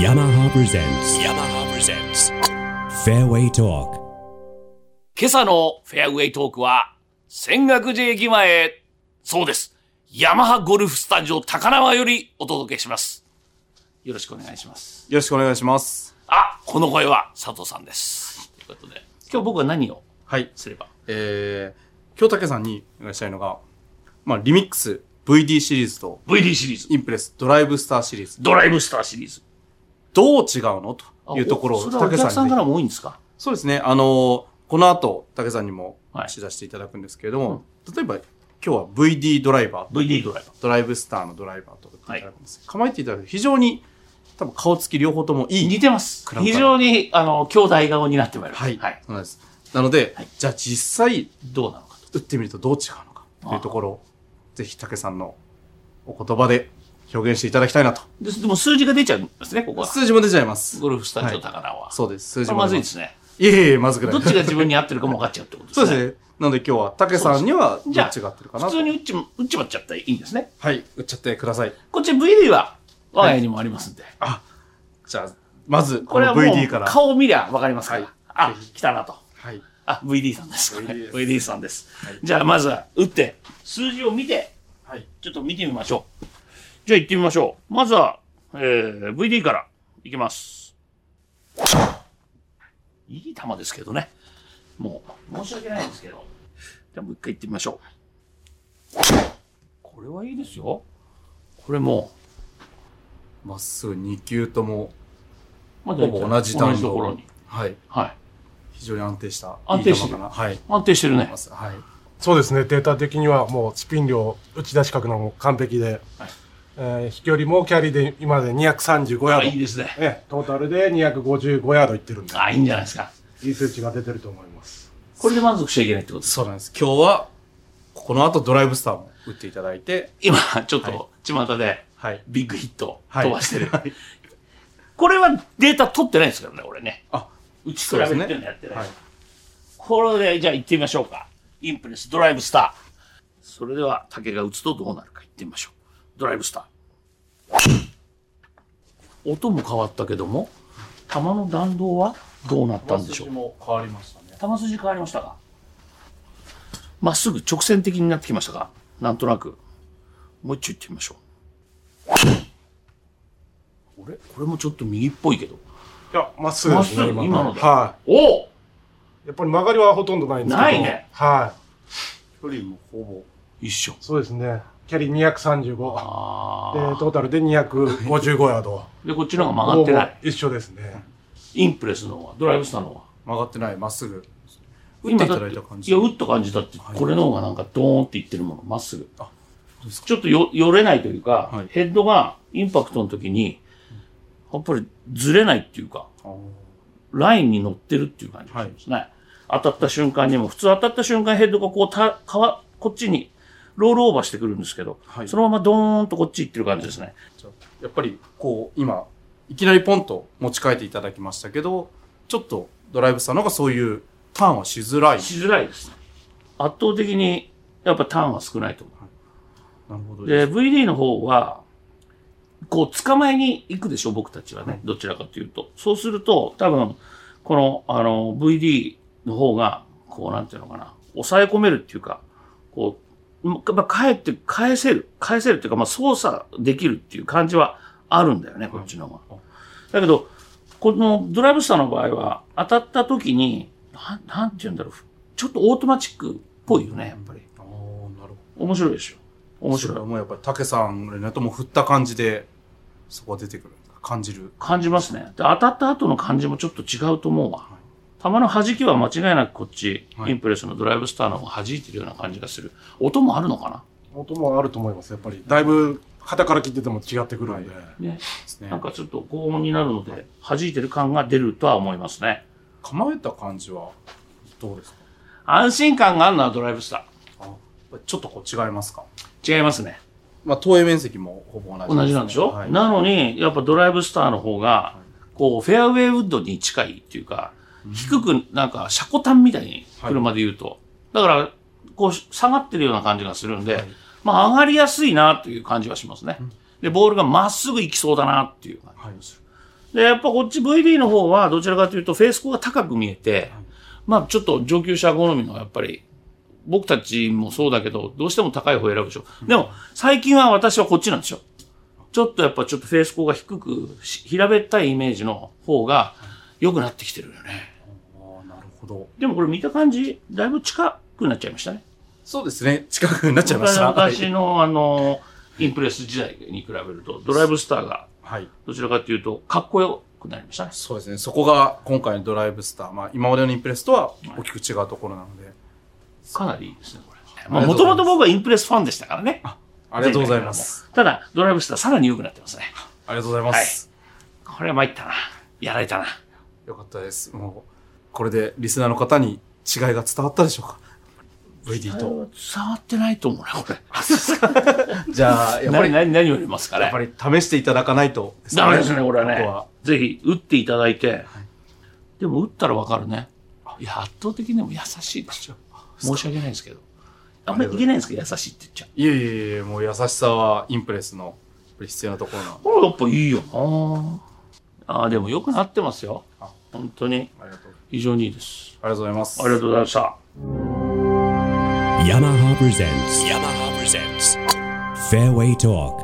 yamaha presents yamaha presents fairway talk 今朝のフェアウェイトークは、千学寺駅前、そうです。ヤマハゴルフスタジオ高輪よりお届けします。よろしくお願いします。よろしくお願いします。あ、この声は佐藤さんです。ということで、今日僕は何をはい。すればえー、今日竹さんにお願いしたいのが、まあ、リミックス VD シリーズと、 ?VD シリーズ、インプレスドライブスターシリーズ、ドライブスターシリーズ。どう違うのというところおをそれはお竹客ささんんにかぜらひ。も多いんですかそうですね。あのーこの後、竹さんにもはい取材していただくんですけれども、例えば、今日は VD ドライバー、 ?VD ドライドライブスターのドライバーとかっていただくんです、構えていただくと非常に、多分顔つき両方ともいいブ。似てます。クラウン非カー常に、あの、兄弟顔になってまいりました。はい。そうなんです。なので、はいじゃあ実際、どうなのか打ってみるとどう違うのかというところを、ぜひ武さんのお言葉で表現していただきたいなと。と。ででも数字が出ちゃうんですね、ここは。数字も出ちゃいます。ゴルフスタジオ高輪は。そうです。こ数字れもまず出いま。ですすね。いえいえ、まずくな い。どっちが自分に合ってるかも分かっちゃうってことです そね。うですね。なので今日は武さんにはどっちじゃがあ合ってるかな普と通。に打っちま打っちまっちゃったらいいんですね。はい、打っちゃってください。こっち VD は我が家にもありますんで。じゃあ、まず、ここれのはもう VD から。顔を見りゃ分かりますから。はいあ、来たなと。はい。あ、VD さんです。 VD です VD さんです。じゃあまずは打って、数字を見て、はい。ちょっと見てみましょう。じゃあ行ってみましょう。まずは、えー、VD からいきます。いい球ですけどね。もう、申し訳ないんですけど。じゃあもう一回行ってみましょう。これはいいですよ。これもまっすぐ2球とも、う、まあほぼ同じ弾同じところ道に。。はい。はい。非常に安定した。安定してるいい球かな。はい。安定してるねま。すはい。そうですね、データ的にはもうスピン量、打ち出し角のも完璧で、はいえー飛距離もキャリーで今まで235ヤあ、ード、いいですね。ええトータルで255ヤードいってるんで、あ、いいんじゃないですか。いい数値が出てると思います。これで満足しちゃいけないってことです。そうなんです。今日は、この後ドライブスターも打っていただいて、今、ちょっと、巷で、はい。ビッグヒットはい飛ばしてる。はいこれはデータ取ってないですからね、俺ね。あ、打ち比べてるのやってない。はい。これで、じゃあ行ってみましょうか。インプレス、ドライブスター。それでは、竹が打つとどうなるか行ってみましょう。ドライブスター。音も変わったけども、球の弾道はどうなったんでしょうも変わりましたね。球筋変わりましたかまっすぐ直線的になってきましたかなんとなくもう一丁いってみましょう俺これもちょっと右っぽいけどいや、まっすぐですまっね、すぐ今のではおおい。やっぱり曲がりはほとんどないんですけど、ないねはい。距離もほぼ。一緒そうですね、キャリー235、あであトータルで255ヤ ード、でこっちの方が曲がってなほいぼ一緒ですね。インプレスの方はドライブスターの方は曲がってない、まっすぐ。打っ今てだいってただいた感じ。いや打った感じだってはいこれの方がなんかドーンっていってるものまっすぐあうですちょっとよよれないというか、はいヘッドがインパクトの時にやっぱりずれないっていうかあーラインに乗ってるっていう感じがしますね。当たった瞬間にも、普通当たった瞬間ヘッドがこうた、かわ、こっちにロールオーバーしてくるんですけど、はいそのままドーンとこっち行ってる感じですね。じゃあやっぱり、こう、今、いきなりポンと持ち替えていただきましたけど、ちょっとドライブスターの方がそういうターンはしづらい。しづらいですね。圧倒的にやっぱターンは少ないと思なるほどう。で、VD の方は、こう捕まえに行くでしょ、僕たちはね。どちらかというと。そうすると、多分、この、あの、VD の方が、こう、なんていうのかな、抑え込めるっていうか、こう、まま帰って、返せる、返せるっていうか、まあ、操作できるっていう感じはあるんだよね、こっちの方が。だけど、このドライブスターの場合は、当たった時に、なん、なんて言うんだろう、ちょっとオートマチックっぽいよね、やっぱり。ああ、なるほど。面白いでしょ。面白それいは。もうやっぱり、竹さん、レナとも振った感じで、そこは出てくる。感じる。感じますね。で、当たった後の感じもちょっと違うと思うわい。球の弾きは間違いなくこっち、はいインプレスのドライブスターの方が弾いてるような感じがする。音もあるのか音もあると思います、やっぱり。だいぶ、肩から切ってても違ってくるんで。なね。ですねなん。かちょっと高音になるので、弾いてる感が出るとは思いますね。構えた感じは、どうですか安心感があるのはドライブスタあちょっとこう違いますかー。違いますね。まあ、投影面積もほぼ同じすね、同じなんでしょ、はいなのに、やっぱドライブスターの方が、こう、フェアウェイウッドに近いっていうか、低く、なんか、車庫端みたいに、車で言うと。だから、こう、下がってるような感じがするんで、まあ、上がりやすいなという感じはしますね。で、ボールがまっすぐ行きそうだなっていう感じがする。で、やっぱこっち VD の方は、どちらかというと、フェイスコアが高く見えて、まあ、ちょっと上級者好みの、やっぱり、僕たちもそうだけど、どうしても高い方を選ぶでしょ。でも、最近は私はこっちなんですよ。ちょっとやっぱちょっとフェイスコアが低く、し平べったいイメージの方が良くなってきてるよね。ああ、なるほど。でもこれ見た感じ、だいぶ近くなっちゃいましたね。そうですね。近くになっちゃいました。私のあの、インプレス時代に比べると、ドライブスターがはい。どちらかというと、かっこよくなりましたね。そうですね。そこが今回のドライブスター。まあ、今までのインプレスとは大きく違うところなので。かなりいいですね、これ。ありもとがとうもございますと僕はインプレスファンでしたからね。ありがとうございます。ただ、ドライブスターさらに良くなってますね。ありがとうございます。これは参ったな。やられたな。よかったです。もう、これでリスナーの方に違いが伝わったでしょうか ?VD 伝と。わってないと思うな、これ。じゃあ、やっぱ何、り、何、何を言いますかやねっ。ぱり試していただかないと、ダメですね、これはね。ここはぜひ、打っていただいて。でも、打ったらわかるね。いや、圧倒的にでも優しいですよ。申し訳ないですけど。あんまりいけないんですけど、優しいって言っちゃう。いえいえいえ、もう優しさはインプレスのやっぱり必要なところなので。これやっぱいいよなああ、でも良くなってますよあ。本当に。ありがとう。非常にいいです。ありがとうございます。ありがとうございました。 Yamaha presents. Yamaha presents. Fairway Talk.